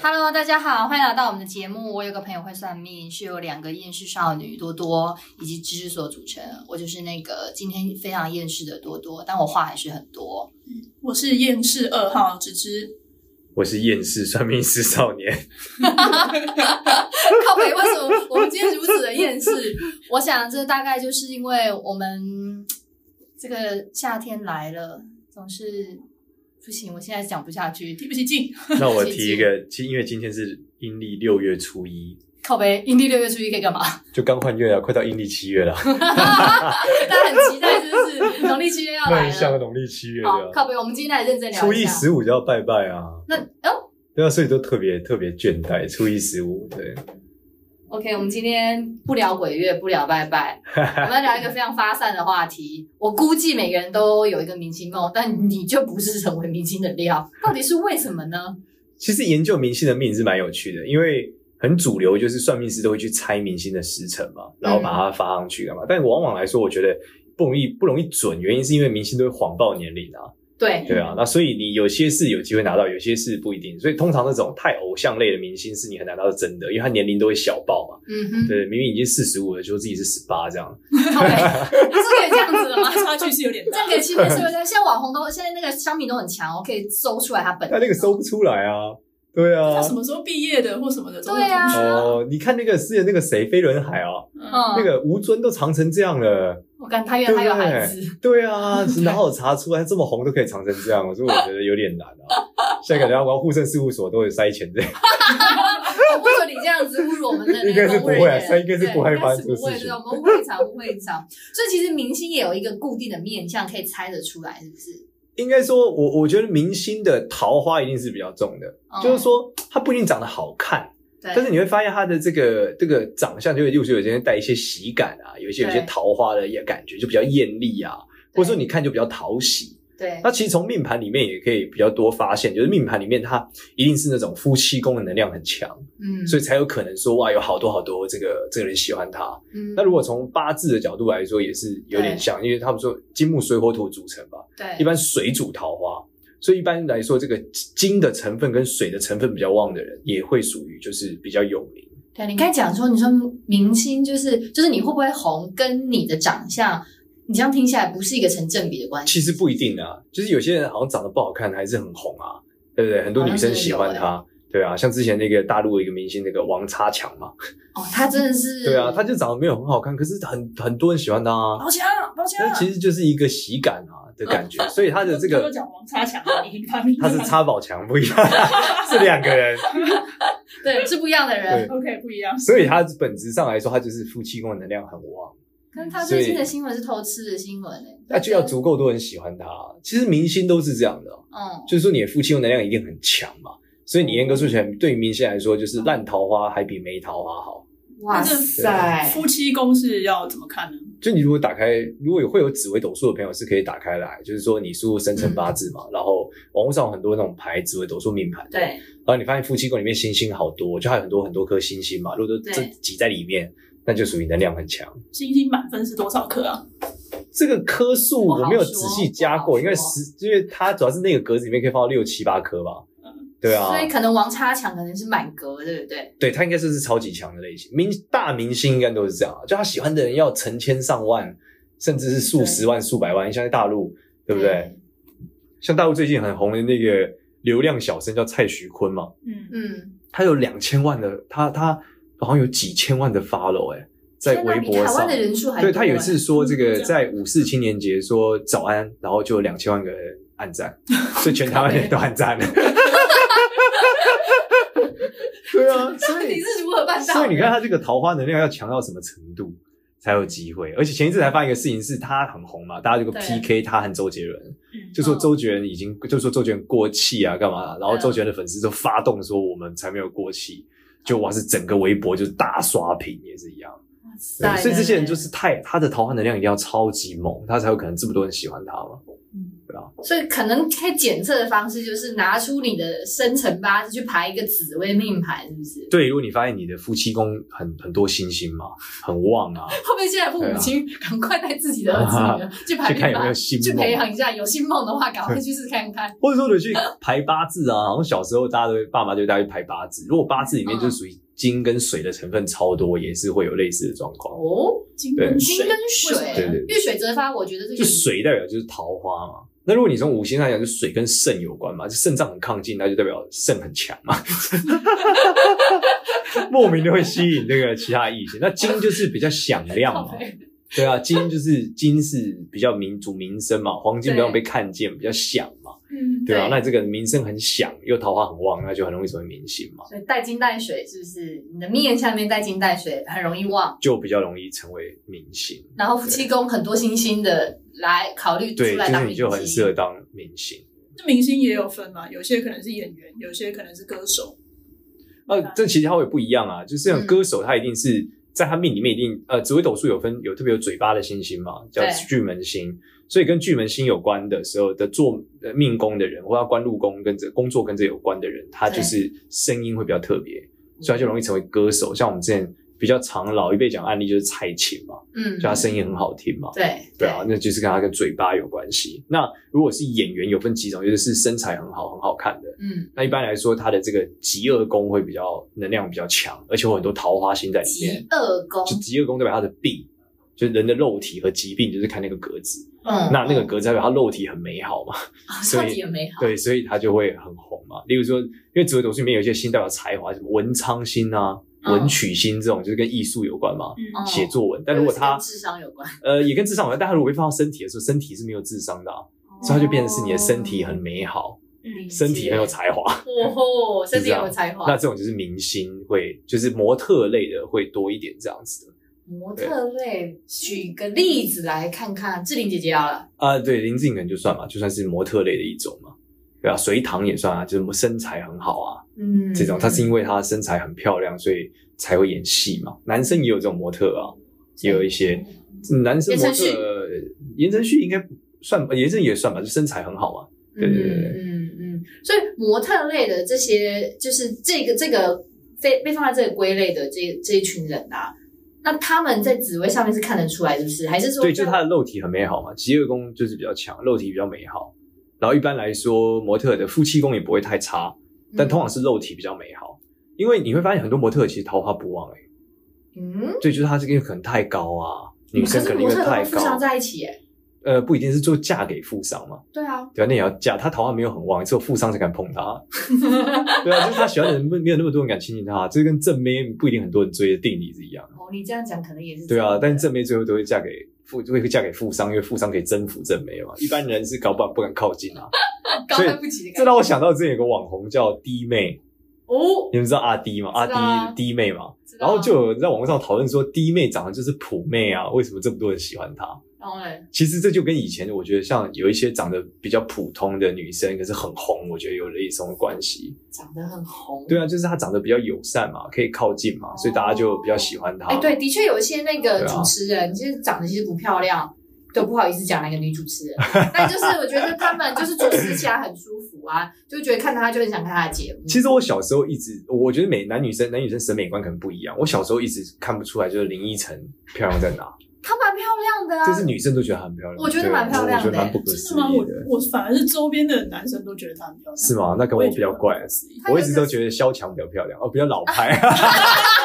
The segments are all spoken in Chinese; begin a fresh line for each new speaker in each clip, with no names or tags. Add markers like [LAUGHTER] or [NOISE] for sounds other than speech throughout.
Hello，大家好，欢迎来到我们的节目。我有个朋友会算命，是由两个厌世少女多多以及知识所组成。我就是那个今天非常厌世的多多，但我话还是很 [LAUGHS] 多。
我是厌世二号芝 [LAUGHS] 芝，
我是厌世算命师少
[LAUGHS]
年，
靠北，为什么我们今天如此的厌世？ [LAUGHS] 我想这大概就是因为我们这个夏天来了，总是不行，我现在讲不下去。
提不起劲。
[LAUGHS]
那我提一个，今因为今天是阴历六月初一，
靠北，阴历六月初一可以干嘛？ [LAUGHS]
就刚换月啊，快到阴历七月了，
大
[LAUGHS]
家很期待，是不是？农历七月要 [LAUGHS] 来
迈向
了。
农历七月
好，
了。
靠北，我们今天来认真聊一下。
初一十五就要拜拜啊，
那哦
对啊，所以都特别特别倦怠。初一十五，对，
，OK，我们今天不聊鬼月，不聊拜
[LAUGHS]
拜，我们要聊一个非常发散的话题。我估计每个人都有一个明星梦，但你就不是成为明星的料，到底是为什么呢？
其实研究明星的命是蛮有趣的，因为很主流就是算命师都会去猜明星的时辰嘛，然后把
嗯
它发上去干嘛。但往往来说，我觉得不容易不容易准，原因是因为明星都会谎报年龄啊。 [LAUGHS]
对，
对啊，那所以你有些是有机会拿到，有些是不一定。所以通常那种太偶像类的明星是你很难拿到真的，因为他年龄都会小爆嘛。
嗯哼，
对，明明已经四十五了，就自己是十八这样。
靠
[LAUGHS]
北，是可以这样子的吗？
啊差距是有点
这样
大。
给欺骗社会，现在网红都现在那个商品都很强哦，可以搜出来他本人。哦
但那个搜不出来啊。对
[LAUGHS]
啊
他。什么时候毕业的或什么的？
对啊
哦，你看那个是那个谁，飞轮海啊，
嗯
那个吴尊都长成这样了。
我感他原来还有孩子，
对啊，哪有查出来这么红都可以长成这样？所以我觉得有点难啊。现在感觉要玩护政事务所都有塞钱这样。
我 [LAUGHS] 不准你这样子侮辱我们的那
应该
个公
是不
务人
会啊
员，
所以应该是
对
不会
应该
发
是
生这
不
个
会
事情
对我们误会一场，误会一场。所以其实明星也有一个固定的面相可以猜得出来，是不是？
应该说，我我觉得明星的桃花一定是比较重的。
嗯
就是，说他不一定长得好看，
对，
但是你会发现他的这个这个长相，就会就是有些人带一些喜感啊，有一些有
对
些桃花的也感觉就比较艳丽啊，或者说你看就比较讨喜。
对
那其实从命盘里面也可以比较多发现，就是命盘里面他一定是那种夫妻宫的能量很强，
嗯，
所以才有可能说哇有好多好多这个这个人喜欢他。
嗯
那如果从八字的角度来说，也是有点像，因为他们说金木水火土组成吧，
对
一般水煮桃花，所以一般来说，这个金的成分跟水的成分比较旺的人，也会属于就是比较有名。
对，你刚才讲说，你说明星就是就是你会不会红，跟你的长相，你这样听下来不是一个成正比的关系。
其实不一定啊，就是有些人好像长得不好看，还是很红啊，对不对？很多女生喜欢
好像
他。对啊，像之前那个大陆的一个明星，那个王差强嘛，
哦，他真的是
对啊，他就长得没有很好看，可是很很多人喜欢他啊。
宝强，宝强
那，其实就是一个喜感啊的感
哦
觉，所以他的这
都
[LAUGHS]
个
讲王差强了，你把你
他是插宝强不一样， [LAUGHS] 是两个人。
对是不一样的人
对，
OK 不一样，
所以他本质上来说，他就是夫妻宫的能量很旺。
跟他最近
所
的
以
新闻是偷吃的新闻欸嗯诶，
那就要足够多人喜欢他。啊其实明星都是这样的，啊
嗯，
就是说你的夫妻宫能量一定很强嘛，所以你严格说起来，对于明星来说，就是烂桃花还比没桃花好。
哇
那这
塞，
夫妻宫是要怎么看呢？
就你如果打开，如果有会有紫微斗数的朋友是可以打开来，就是说你输入生辰八字嘛，然后网络上有很多那种牌紫微斗数命盘，，
嗯对
然后你发现夫妻宫里面星星好多，就还有很多很多颗星星嘛，如果都
对
这挤在里面，那就属于能量很强。
星星满分是多少颗啊？
这个颗数我没有仔细加
不好说
过，应该十，因为它主要是那个格子里面可以放到六七八颗吧
嗯。
对啊，
所以可能王差强可能是满格，对不对？
对他应该算是超级强的类型，明大明星应该都是这样啊，就他喜欢的人要成千上万，甚至是数
对
十万、数百万，像在大陆，对不对？？像大陆最近很红的那个流量小生叫蔡徐坤嘛，
嗯，
嗯，
他有两千万的，他他好像有几千万的 follow 哎、在
天哪
微
比
博
台湾
上
的。人数还多哎欸
对他有一次说这
嗯
个
这样
在五四青年节说早安，然后就有两千万个人按
[LAUGHS]
赞，所以全台湾人都按赞了。 [LAUGHS] 对啊，所
欸
以
你是如何办到的？
所以你看他这个桃花能量要强到什么程度才有机会？而且前一阵才发现一个事情，是他很红嘛，大家这个
对
PK 他和周杰伦，
嗯
就说周杰伦已经就说周杰伦过气啊，干嘛、然后周杰伦的粉丝就发动说我们才没有过气，就哇是整个微博就是大刷屏也是一样。
哇塞，
对，所以这些人就是太他的桃花能量一定要超级猛，他才有可能这么多人喜欢他嘛。
嗯
对啊，
所以可能可以检测的方式就是拿出你的生辰八字去排一个紫微命盘，是不是？ [LAUGHS]
对，如果你发现你的夫妻宫很很多星星嘛，很旺啊，
后面现在父母亲赶快带自己的儿子女儿去排
去
命
看有没有
盘，
星
去培
梦，
养一下，有星梦的话，赶快去试看
[LAUGHS]
看。
或者说你去排八字啊，好像小时候大家都会爸妈就带去排八字，如果八字里面就属于金跟水的成分超多，也是会有类似的状况。
哦，
金跟
金
水
跟，水
为什么，
对对
遇水则发，我觉得这
就
个
水代表就是桃花嘛。那如果你从五行上来讲，就水跟肾有关嘛，就肾脏很亢进，那就代表肾很强嘛，莫名的会吸引这个其他异性。那金就是比较响亮嘛，对啊，金就是金是比较民主民生嘛，黄金比较被看见，比较响嘛，
嗯，
对啊，
对
那这个名声很响，又桃花很旺，那就很容易成为明星嘛，
所以带金带水是不是？你的命下面带金带水，很容易旺。
就比较容易成为明星。
然后夫妻宫很多星星的，来考虑出
对，
来
就
当
是
明
你
星。
就很适合当明星。
那明星也有分嘛，有些可能是演员，有些可能是歌手，
呃
对，
这其实它会不一样啊，就是像
啊嗯
歌手，他一定是在他命里面一定呃，紫微斗数有分有特别有嘴巴的星星嘛，叫
对
巨门星，所以跟巨门星有关的时候的做呃命宫的人，或他官禄宫跟这工作跟这有关的人，他就是声音会比较特别，所以他
嗯
就容易成为歌手。像我们之前比较常老一辈讲的案例就是蔡琴嘛，
嗯
就，他声音很好听嘛。
对
对啊，，那就是跟他跟嘴巴有关系。那如果是演员，有分几种，就是身材很好、很好看的，
嗯，
那一般来说，它的这个极恶宫会比较能量比较强，而且会有很多桃花星在里面
极。恶宫，
就极恶宫代表它的病，就是人的肉体和疾病，就是看那个格子。
嗯，
那那个格子代表它肉体很美好嘛，所
到底
以
有 [LAUGHS] 美好？
对，所以它就会很红嘛。例如说，因为紫微斗数里面有一些星代表才华，什么文昌星啊、
嗯
文曲星这种，就是跟艺术有关嘛，
嗯
哦
写作文。但如果
它
它
智商有关，
呃也跟智商有关，但它如果被放到身体的时候，身体是没有智商的、啊，所以它就变成是你的身体很美好，
嗯
身体很有才华。
哦吼，身体有才华
[LAUGHS] 那。这种就是明星会，就是模特类的会多一点这样子的。
模特类，举个例子来看看，志玲姐姐好了，
啊、对，林志颖可能就算嘛，就算是模特类的一种嘛。对啊，隋唐也算啊，就是身材很好啊，
嗯，
这种他是因为他身材很漂亮，所以才会演戏嘛。男生也有这种模特啊，也有一些男生
言
模
承旭
特，呃言承旭应该不算，呃言承旭也算吧，就身材很好嘛。对对对对
嗯嗯嗯，所以模特类的这些，就是这个这个被被放在这个归类的这这一群人啊，那他们在紫薇上面是看得出来，是不是？还是说
对，就是他的肉体很美好嘛，极恶宫就是比较强，肉体比较美好。然后一般来说，模特的夫妻宫也不会太差，
嗯
但通常是肉体比较美好，因为你会发现很多模特其实桃花不旺哎、欸，
嗯，
对，就是她这个可能太高啊，女生
可是
能
模
因为
特
太
都富商
高，
在一起耶，
呃，不一定是做嫁给富商嘛，
对啊，
对啊，那也要嫁，她桃花没有很旺，只有富商才敢碰
[LAUGHS]
她，对啊，就是她喜欢的人没没有那么多人敢亲近她，这跟正妹不一定很多人追的定理是一样的，
哦，你这样讲可能也是
对啊，但是
这
正妹最后都会嫁给富，会嫁给富商，因为富商可以征服正妹嘛，一般人是搞不不敢靠近啊，
[LAUGHS] 高
所以
攀不起的
这
感觉
让我想到之前有个网红叫弟妹，
哦，
你们知道阿弟吗？阿
知道啊
弟弟妹嘛。
知道
然后就有人在网络上讨论说，弟妹长得就是普妹啊，为什么这么多人喜欢她？
然后嘞，
其实这就跟以前我觉得像有一些长得比较普通的女生，可是很红，我觉得有类似的关系。
长得很红，
对啊，就是她长得比较友善嘛，可以靠近嘛，所以大家就比较喜欢她。
哎，对，的确有一些那个
对啊
主持人，其实长得其实不漂亮，都不好意思讲那个女主持
[LAUGHS]
人。但就是我觉得他们就是主持起来很舒服啊，就觉得看她就很想看她的节目。
其实我小时候一直，我觉得每男女生男女生审美观可能不一样。我小时候一直看不出来，就是林依晨漂亮在哪，
她蛮漂亮的啊，
就是女生都觉得她很漂亮。
我觉得
对
蛮漂亮的欸
我觉得蛮不可
真
思
的吗？
议
我
的，
我反而是周边的男生都觉得她很漂亮，
是吗？那跟我
也
比
觉得
较怪
不。可思议
她有啊
我一直
个
都觉得萧蔷比较漂亮，哦，比较老派。
[LAUGHS] 到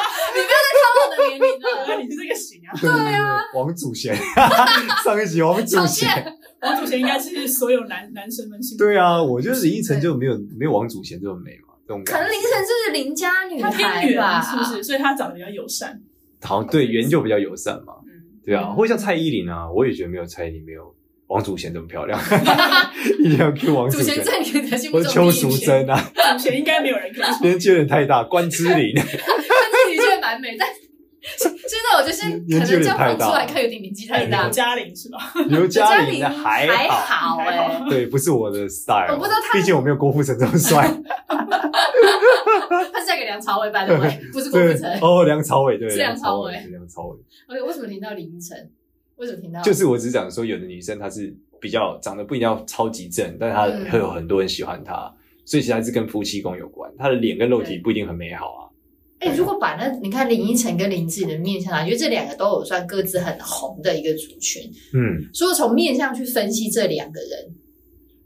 我的年龄了。
你是这个型 [LAUGHS] 啊！
对啊，王祖贤， [LAUGHS] 上一集王祖
上
贤，
王祖贤应该是所有男男生们心目中
对，啊，我觉得林依晨就没有没有王祖贤这么美嘛，这种
可
感
能
觉。
凌晨就是邻家女
他
孩
偏
吧，
远是不是？所以他长得比较友善。
好像对圆就比较友善嘛，
嗯，
对啊，
嗯
或者像蔡依林啊，我也觉得没有蔡依林没有王祖贤这么漂亮， [LAUGHS] 一定要 Q 王祖
祖
贤
贤，在你的心目
或者
中
邱
第一
淑
名，
贞啊，
祖贤应该没有
[LAUGHS]
人可以
年纪有点太大，关之琳，
但是的确蛮美，但。 [LAUGHS] 真的，我就是
年
可
纪有
能
点
这样
太
放
大哎
出来看有点年纪太
刘
大。
嘉玲是吧？
刘嘉玲
玲
的
还
好，
好
还
哎
好，
对，不是我的 style，哦
我不知道她
毕竟我没有郭富城这么帅，
她是嫁给梁朝伟版的，
[LAUGHS]
不 [LAUGHS] 是郭
对
富城。，
哦，梁朝伟，对，
是
梁
梁
朝
朝
伟，
伟
是梁朝伟。
OK，为什么听到凌晨？为什么听到？
就是我只是讲说，有的女生她是比较长得不一定要超级正，但他
嗯
会有很多人喜欢他，所以其实还是跟夫妻宫有关。他的脸跟肉体
对
不一定很美好啊。
哎、如果把那你看林依晨跟林志颖的面相啊，因为这两个都有算各自很红的一个族群，
嗯，
所以从面相去分析这两个人，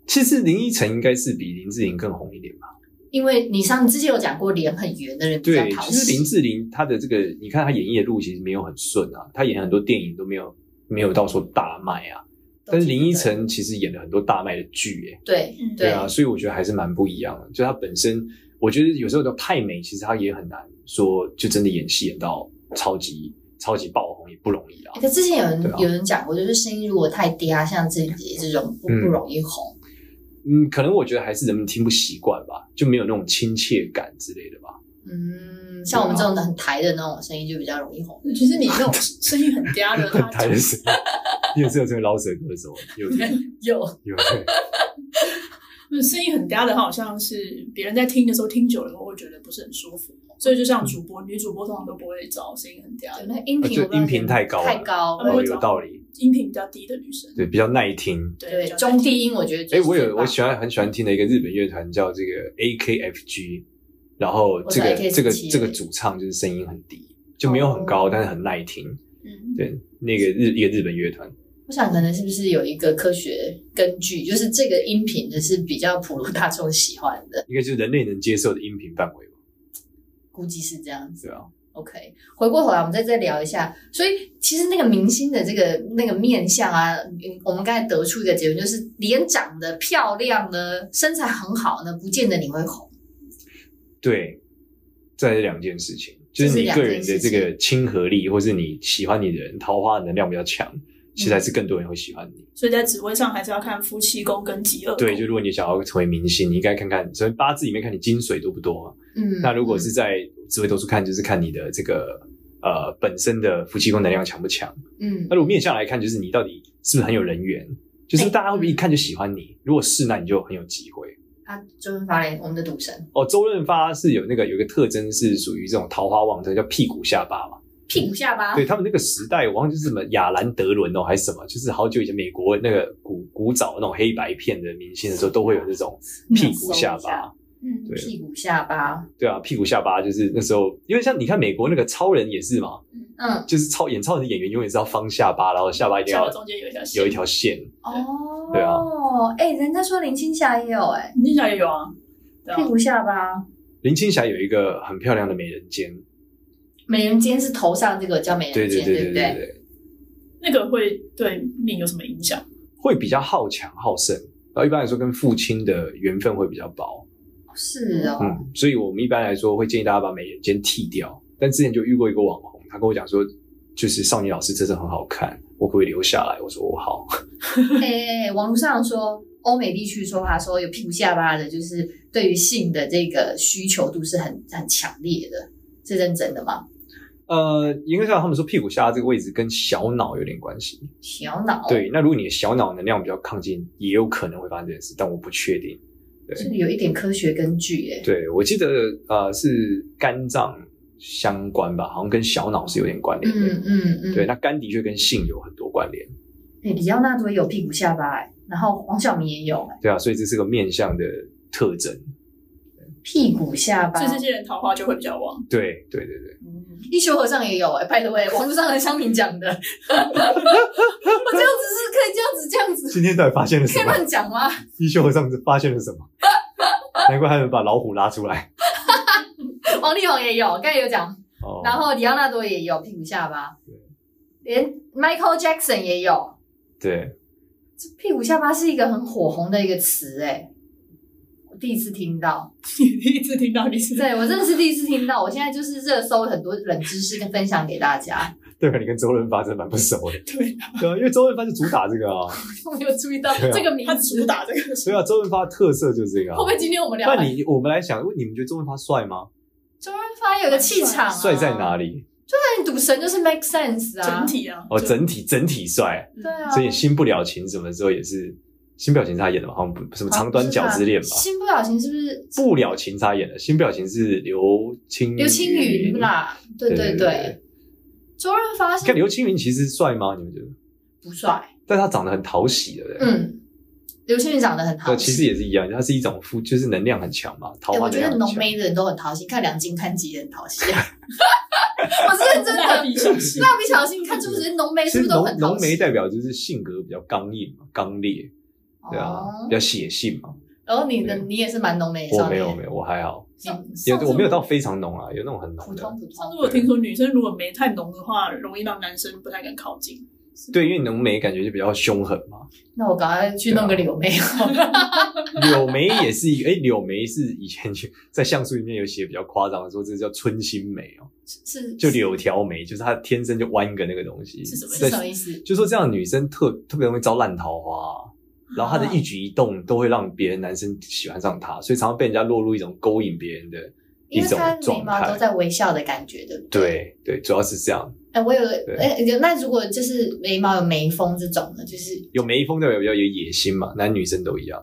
其实林依晨应该是比林志颖更红一点吧？
因为你上之前有讲过脸很圆的人比较
对，
讨
其
喜
实，林志玲她的这个，你看她演艺的路其实没有很顺啊，她演很多电影都没有没有到说大卖啊。但是林依晨其实演了很多大卖的剧、欸，
对
嗯
对
啊，所以我觉得还是蛮不一样的。就她本身，我觉得有时候的太美，其实她也很难说就真的演戏演到超级超级爆红也不容易啊
欸。可之前有人、
对啊
有人讲过，就是声音如果太嗲，像自己这种不
嗯
不容易红。
嗯，可能我觉得还是人们听不习惯吧，就没有那种亲切感之类的吧。
嗯，像我们这种很台的那种声音就比较容易红。
[LAUGHS] 其实你那种声音很嗲
[LAUGHS]
的，他
他也是，你也是有这个捞舌歌手，
[LAUGHS]
有听
有，
有。
声音很嗲的，好像是别人在听的时候听久了，我会觉得不是很舒服。所以就像主播，女主播通常都不会找声音很嗲
对
的，
那音频
啊就
我不知道
音频太高了
太高
嗯
了。
哦，有道理，
音频比较低的女生。
对，比较耐听。
对
比，较
中低音我觉得
哎、
最
我有
棒
我喜欢很喜欢听的一个日本乐团叫这个 AKFG，然后
我知
这
道
个
AK
这个
17
这个主唱就是声音很低，就没有很高，
哦
但是很耐听。
嗯，
对，那个日一个日本乐团，
我想可能是不是有一个科学根据，就是这个音频的是比较普罗大众喜欢的，
应该就是人类能接受的音频范围吧？
估计是这样子。
对啊，
OK，回过头来我们再再聊一下，所以其实那个明星的这个那个面相啊，嗯我们刚才得出一个结论，就是脸长得漂亮呢，身材很好呢，不见得你会红。
对，这是两件事情，就是
这是
你
两
个
件
人的这个亲和力，或是你喜欢你的人，桃花的能量比较强，其实还是更多人会喜欢
嗯
你。
所以在紫薇上还是要看夫妻宫跟极恶宫。
对，就如果你想要成为明星，你应该看看，首先八字里面看你金水多不多啊、
嗯，
那如果是在紫微斗数看，就是看你的这个呃本身的夫妻宫能量强不强。
嗯，
那如果面相来看，就是你到底是不是很有人缘，就是
哎
大家会不会一看就喜欢你？如果是，那你就很有机会。
啊，周润发嘞，我们的赌神，
哦，周润发是有那个有一个特征是属于这种桃花旺盛，叫屁股下巴嘛。
屁股下巴，
对他们那个时代，我忘记是什么亚兰德伦哦，还是什么，就是好久以前美国那个古古早那种黑白片的明星的时候，都会有这种屁股下
那
巴。
嗯，
对
屁股下巴，
对啊，屁股下巴就是那时候，因为像你看美国那个超人也是嘛，
嗯，
就是超演超人的演员永远是要方下巴，然后下巴一定
下
要
巴中间有一条线。
有一条线。
哦，
对啊，
哎、人家说林青霞也有、哎，
你想也有啊？对啊
屁股下巴，
林青霞有一个很漂亮的美人尖，
美人尖是头上这个叫美
对
人
对
尖，
对
不
对对对，
那个会对命有什么影响？
会比较好强好胜，然后一般来说跟父亲的缘分会比较薄，
是哦，
嗯，所以我们一般来说会建议大家把美人尖剃掉。但之前就遇过一个网红，他跟我讲说，就是少年老师真的很好看，我可不可以留下来？我说我好，
哎、网络上说，欧美地区说，他说有屁股下巴的，就是对于性的这个需求度是很很强烈的，是认真的吗？
呃，严格上他们说屁股下这个位置跟小脑有点关系，
小脑，
对，那如果你的小脑能量比较亢进，也有可能会发生这件事，但我不确定。
是有一点科学根据耶、
对我记得呃是肝脏相关吧，好像跟小脑是有点关联的。
嗯嗯嗯，
对，那肝的确跟性有很多关联，
哎、里奥纳多也有屁股下巴、哎，然后黄晓明也有、哎
对啊，所以这是个面向的特征。
屁股下巴
所以。这些人桃花就会比较旺。
对对对
[LAUGHS]
对，
嗯，
一休和尚也有哎、拜托哎，网络上的乡民讲的，我这样 [LAUGHS] 子是可以这样子这样子，
今天到底发现了
可以乱讲吗？
一休和尚发现了什么？ [LAUGHS] 难怪他们把老虎拉出来。
王力宏也有，刚才有讲
哦
然后里奥纳多也有屁股下巴，连 Michael Jackson 也有。
对，
这屁股下巴是一个很火红的一个词，哎，我第一次听到，
你第一次听到你是
对我真的是第一次听到。我现在就是热搜很多冷知识跟分享给大家， [LAUGHS]
对吧？你跟周润发真的蛮不熟的，
对，
对啊，因为周润发是主打这个啊，
我没有注意到
对啊
这个名
他主
词。
打这个
对啊，周润发的特色就是这个、啊。
会不会今天我们聊
那你我们来想，你们觉得周润发帅吗？
周润发有个气场、啊，
帅在哪？里？
那你赌神就是 make sense 啊，
整体啊，
哦，
就
整体整体帅，
对啊，
所以新不了情什么时候也是新不了情是他演的嘛，好像不什么长短脚之恋吧？
啊新不小心是不是
不了情是他演的，新不了情是刘青
刘青云
啦。
啦？对
对
对对，周润发
看
是
刘青云其实帅吗？你们觉得？
不帅，
但他长得很讨喜的人，
嗯，刘青云长得很
对，
讨
其
喜。
实也是一样，他是一种肤，就是能量很强嘛，桃
哎
花
我
能
觉
量
得
很
浓
强。
眉的人都很讨喜，看梁静、看吉也很
[LAUGHS]
讨喜、啊。我是认真的，
蜡笔小新
蜡笔小新看出是浓眉
其
是不
实
是都
浓
很讨
浓眉
喜？
代表就是性格比较刚硬嘛，刚烈，对啊，
哦
比较血性嘛。
然后你的
对
你也是蛮浓眉的
我
少
没
年，
有没有，我还好，
上
也
上次
我没有到非常浓啊，有那种很浓
普
的
通。普
上
通。
次我听说女生如果眉太浓的话，容易让男生不太敢靠近。
对，因为浓眉感觉就比较凶狠嘛。
那我赶快去弄个柳眉。
啊柳眉也是一个，哎，柳眉是以前就在像素里面有写比较夸张的说，这叫春心眉哦，
是
就柳条眉，就是她天生就弯一个那个东西。
是什么
是
在
什么意思？
就说这样的女生特特别容易招烂桃花、啊然后她
啊
的一举一动都会让别人男生喜欢上她，所以常常被人家落入一种勾引别人的一
因为
种
他眉
状
毛
态
都。在微笑的感觉，对不对？。
对对，主要是这样。
哎，我有个
对
哎，有那如果就是眉毛有眉峰这种呢，就是
有眉峰的有比较有野心嘛，男女生都一样。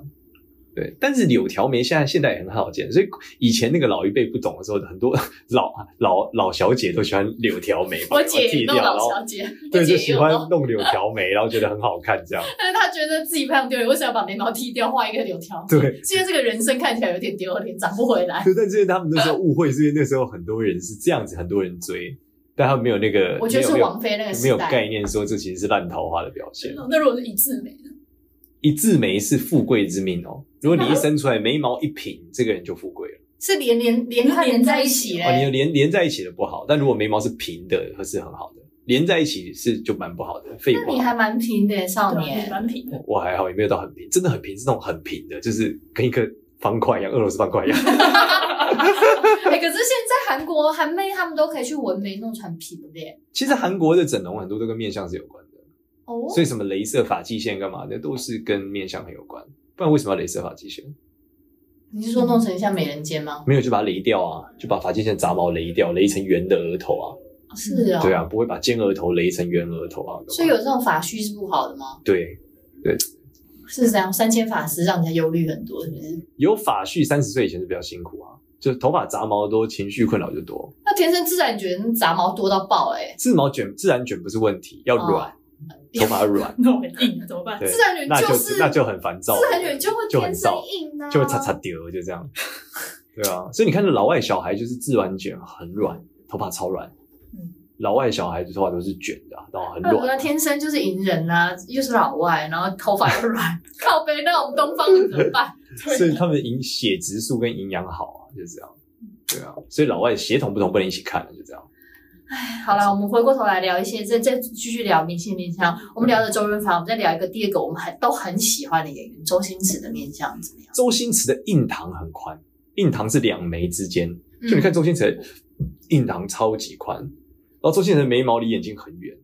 对，但是柳条眉现在现在也很好见，所以以前那个老一辈不懂的时候，很多 [LAUGHS] 老老老小姐都喜欢柳条眉，把
我
它
姐
剃
弄
掉，然
老
后
小姐，我
哦对
[LAUGHS] 姐
就
也
喜
有
欢
弄，
弄柳条眉，然后觉得很好看
[LAUGHS]
这样。
但是她觉得自己非常丢脸，为什么要把眉毛剃掉，画一个柳条？
对，
是因为这个人生看起来有点丢脸，长不回来。
对，但是他们那时候误会，是因为那时候很多人是这样子，很多人追，但他们没有那个，
我觉得是
没有
王菲那个
没
时
有
代，
概念，说这其实是烂桃花的表现。
那如果是一字眉呢？
一字眉是富贵之命哦，如
[LAUGHS]
果你一生出来眉毛一平，这个人就富贵了。
是连连连她连在一起
哦，你
嘞。
连连在一起的不好，但如果眉毛是平的，是很好的，连在一起是就蛮不好的，肺
那
不
你还
好。
蛮平的少
对啊
年
你，蛮平的。。
我还好，也没有到很平，真的很平，是那种很平的，就是跟一个方块一样，俄罗斯方块一样。 [LAUGHS]
哎，可是现在韩国韩妹她们都可以去纹眉弄成平的耶
其实韩国的整容很多都跟面相是有关的。
哦。
所以什么镭射发际线干嘛的，都是跟面相很有关。不然为什么要镭射发际线？
你是说弄成像美人尖吗？
没有就把它雷掉啊，就把发际线杂毛雷掉，雷成圆的额头啊。
是哦，
对啊，不会把尖额头雷成圆额头啊。干嘛
所以有这种法须是不好的吗？
对
是这样，三千法师让人家忧虑很多，是不是？
有发序，三十岁以前是比较辛苦啊，就头发杂毛多，情绪困扰就多。
那天生自然卷杂毛多到爆哎、
自毛卷自然卷不是问题，要
哦
软，头发要软
[LAUGHS]
那我很硬，啊怎么办？
对
自然卷
那就是那就很烦躁，
自然卷就会
就
天
很
生
燥，
硬啊，
就会擦擦丢，就这样。对啊，所以你看，老外小孩就是自然卷，很软，头发超软。
嗯
老外小孩子头发都是卷的啊、然后很
那哦我
软。
天生就是隐忍啊，又是老外，然后头发又 [LAUGHS] 软，靠背，那我们东方人怎么 [LAUGHS] 办？
所以他们的营血质素跟营养好啊，就这样。
嗯
对啊，所以老外血统不同，不能一起看，就这样。
好啦，我们回过头来聊一些，再再继续聊明星面相。我们聊了周润发，我们再聊一个第二个我们很都很喜欢的演员周星驰的面相怎么样？
周星驰的印堂很宽，印堂是两眉之间，
嗯
就你看周星驰的印堂超级宽，然后周星驰的眉毛离眼睛很远，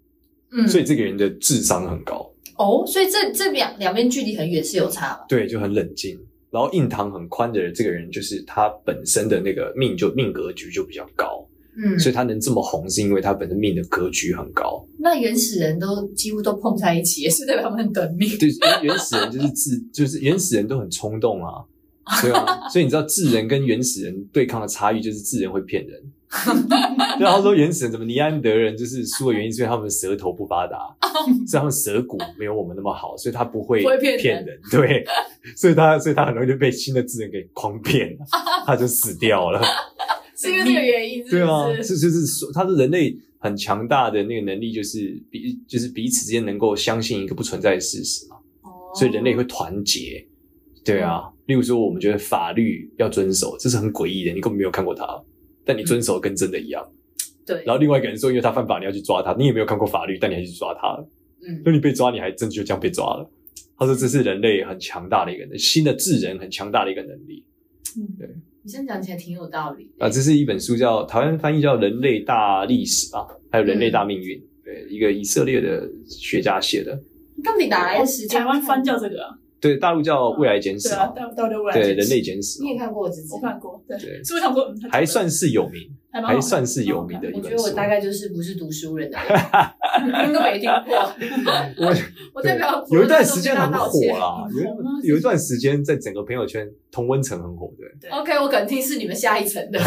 嗯，
所以这个人的智商很高，
哦，所以这这两两边距离很远是有差吧？
对，就很冷静。然后印堂很宽的人，这个人就是他本身的那个命就命格局就比较高，
嗯，
所以他能这么红，是因为他本身命的格局很高。
那原始人都几乎都碰在一起，也是代表他们很短命。
对，原原始人就是智，就是原始人都很冲动啊，对啊，所以你知道智人跟原始人对抗的差异就是智人会骗人。然后说原始人怎么尼安德人就是输的原因，是因为他们的舌头不发达，所以他们舌骨没有我们那么好，所以他不会
不会骗人
人，对，所以他所以他很容易就被新的智人给诓骗，他就死
[LAUGHS]
掉了。
是因为这个原因，
对
是
啊
不，是？
这就是说，他是人类很强大的那个能力，就是彼就是彼此之间能够相信一个不存在的事实嘛。
哦
所以人类会团结。对
嗯
啊，例如说，我们觉得法律要遵守，这是很诡异的，你根本没有看过它，但你遵
嗯
守跟真的一样。
对，
然后另外一个人说，因为他犯法，你要去抓他，你也没有看过法律，但你还去抓他，
嗯
那你被抓，你还真的就这样被抓了。他说这是人类很强大的一个能新的智人很强大的一个能力
嗯
你这样讲起来挺有道理的
啊，这是一本书叫台湾翻译叫《人类大历史》吧，还有《人类大
嗯
命运》对，一个以色列的学家写的，
到底哪来的时间？
台湾翻叫这个啊，
对，大陆叫《未来简史
对》啊，到到底未来
对，《
简史
人类简史》
你也看过我自己
我，看过，对，
对
所以我想说，嗯，他
还算是有名，
还蛮好看
还算是有名的一
我
本
觉
书。
得我大概就是不是读书人的人， [LAUGHS] 听都没听过。
我
[LAUGHS] 我代表
有一段时间很火啦，
很
有
红啊
一有一段时间在整个朋友圈同温层很火对，
[LAUGHS] OK，我肯定是你们下一层
[LAUGHS]
的，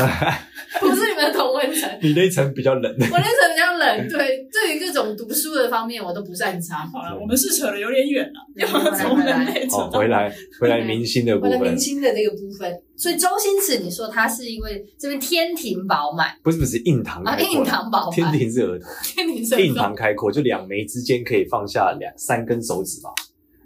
不是你们的同温层。
你那一层比较冷，
我那层比较
[LAUGHS]
冷，对，对于各种读书的方面我都不擅长。
好了，我们是扯的有点远了，
对
要
回来
从
回来
人类扯
好，
到
哦
[LAUGHS]
回来回来明星的部
我的
分
明，星的这个部分，所以周星驰，你说他是因为这边天庭饱满
不是不是印堂
啊，
开阔
印堂饱
嗯天
满，
庭是
[LAUGHS]
额头，
天庭是
印堂开阔就两眉之间可以放下两三根手指吧，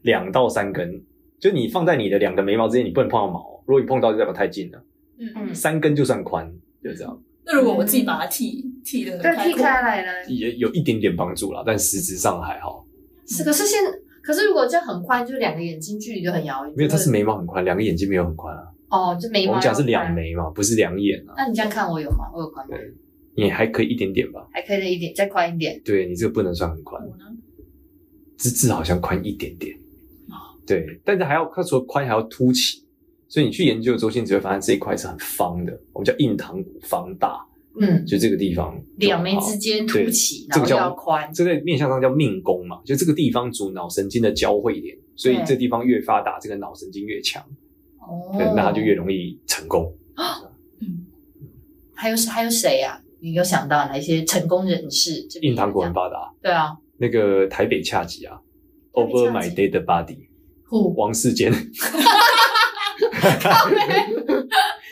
两到三根，就你放在你的两个眉毛之间，你不能碰到毛，如果你碰到就代表太近了，
嗯
嗯
嗯。
三根就算宽，就这样，
那如果我自己把它剃剃的
对，
开
劈
阔，
开来了。
也有一点点帮助啦，但实质上还好，
是，可是现，可是如果这样很宽，就是两个眼睛距离就很遥远。
没有，他是眉毛很宽，两个眼睛没有很宽啊，
哦，就眉毛。
我们讲是两。眉嘛，不是两眼啊，
那你这样看我有吗？我有宽吗？
对也还可以一点点吧，
还可以再一点，再宽一点。
对你这个不能算很宽，
我呢？
资质好像宽一点点
哦，
对，但是还要它除了宽还要凸起，所以你去研究周星驰会发现这一块是很方的，我们叫印堂骨方大，
嗯，
就这个地方
两眉之
间，
间凸起，然
这个
后
叫
要宽。
这在面相上叫命宫嘛，就这个地方主脑神经的交汇点，所以
对
这地方越发达，这个脑神经越强，
哦
对，那它就越容易成功。
嗯，
还有还有谁呀、你有想到哪一些成功人士？这边
印堂骨
有讲
很发达，
对啊，
那个台北恰吉啊
台北
，Over
恰
My
吉
Dead Body，
虎
王世坚。 [LAUGHS]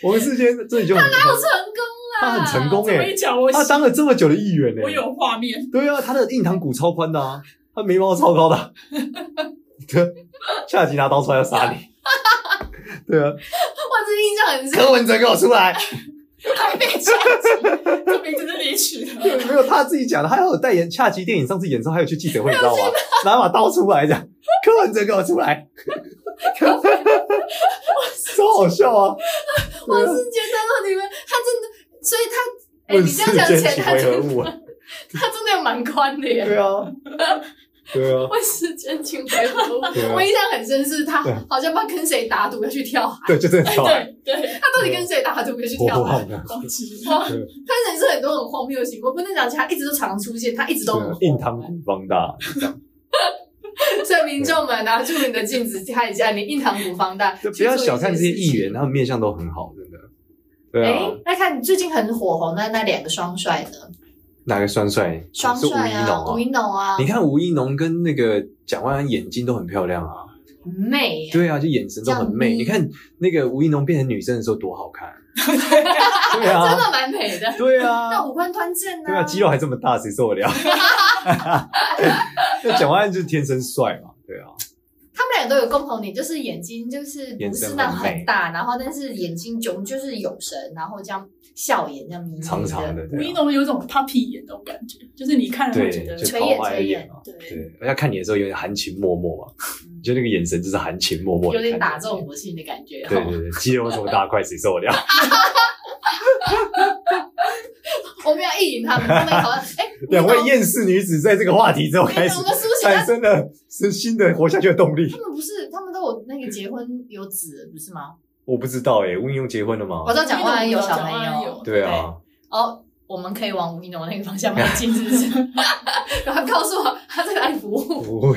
王世坚这里就很
不成功啦，
他很成功
这啊么
哎、
一讲，我
他当了这么久的议员呢、欸
我有画面，
对啊，他的印堂骨超宽的啊，他眉毛超高的啊、 [LAUGHS] 对，下集拿刀出来
[LAUGHS]
要杀你。对啊，
哇，这印象很深。
柯文哲给我出来！
还没下集，这名字是你取的。
对，没有他自己讲的，他还有代言恰吉电影，上次演的时候还有去记者会，你知道吗？拿把刀出来讲，柯文哲给我
[LAUGHS]
出来， [LAUGHS] 超好笑啊！
[LAUGHS] 我
对啊
是觉得说你们他真的，所以他哎、
问
你
世
这样讲起
间
来，
情
他
为何
真
物啊？
[LAUGHS] 他真的蛮宽的耶。[LAUGHS]
对啊，对啊，
问世间情为何物
对啊？
我印象很深是他
对
好像不知道跟谁打赌要去跳海，
对，就这样，
对对，
他到底跟谁打赌要去
啊我
跳海？
忘了。
忘记了
哇，他人生很多很荒谬的行为，不能讲起来，他一直都常出现，他一直都很
对啊印堂骨方大，
[LAUGHS] 所以民众们拿出你的镜子看一下，你印堂骨放大，
[LAUGHS] 就不要
去做一
小看这些
件
议
事情
员，。他们面相都很好，真的。对
哎、
啊，
那看你最近很火红的那两个双帅呢？
哪个双帅？
双
是吴
帅
一农
啊，
啊
吴。一农啊
你，看吴一农跟那个蒋万安眼睛都很漂亮啊，
很美耶，
对啊，就眼神都很
这
媚。
样
你看那个吴一农变成女生的时候多
[LAUGHS]
好看，对
真
啊，
的蛮美的。
对啊，
那五官端正
对啊，肌肉还这么大，谁受
[LAUGHS]
得了？那蒋万安就是天生帅嘛，对啊，
他们两个都有共同点，就是眼睛就是
眼
不
神
是那种
很美
很大，然后但是眼睛炯就是有神，然后这样笑眼这样眯眯
长长。的，
吴
对
一
啊，
农有种 puppy 眼那种感觉，就是你看了会觉
对，
得
就
垂
桃
眼
花
垂
眼
眼
嘛，
对，
对，而且看你的时候有点含情脉脉嘛，就那个眼神就是含情脉脉，
嗯有点打中。我心的感觉，哦
对对对，肌肉这么
[LAUGHS]
大块，谁受得了？
我们要意淫他们，他们好像
[LAUGHS]
哎，吴一
两
农
位厌世女子在这个话题之后开始
我们苏醒啊
产生了是新的活下去的动力
他。们不是，他们都有那个结婚有子，不是吗？
我不知道哎、欸，吴英用结婚了吗
我？知道蒋万安有小
蒋万
朋
安
友
有，
对啊，
哦，我们可以往吴一农那个方向迈进，是不是？ [LAUGHS] 然后告诉我他在哪里服
[LAUGHS]
务，
吴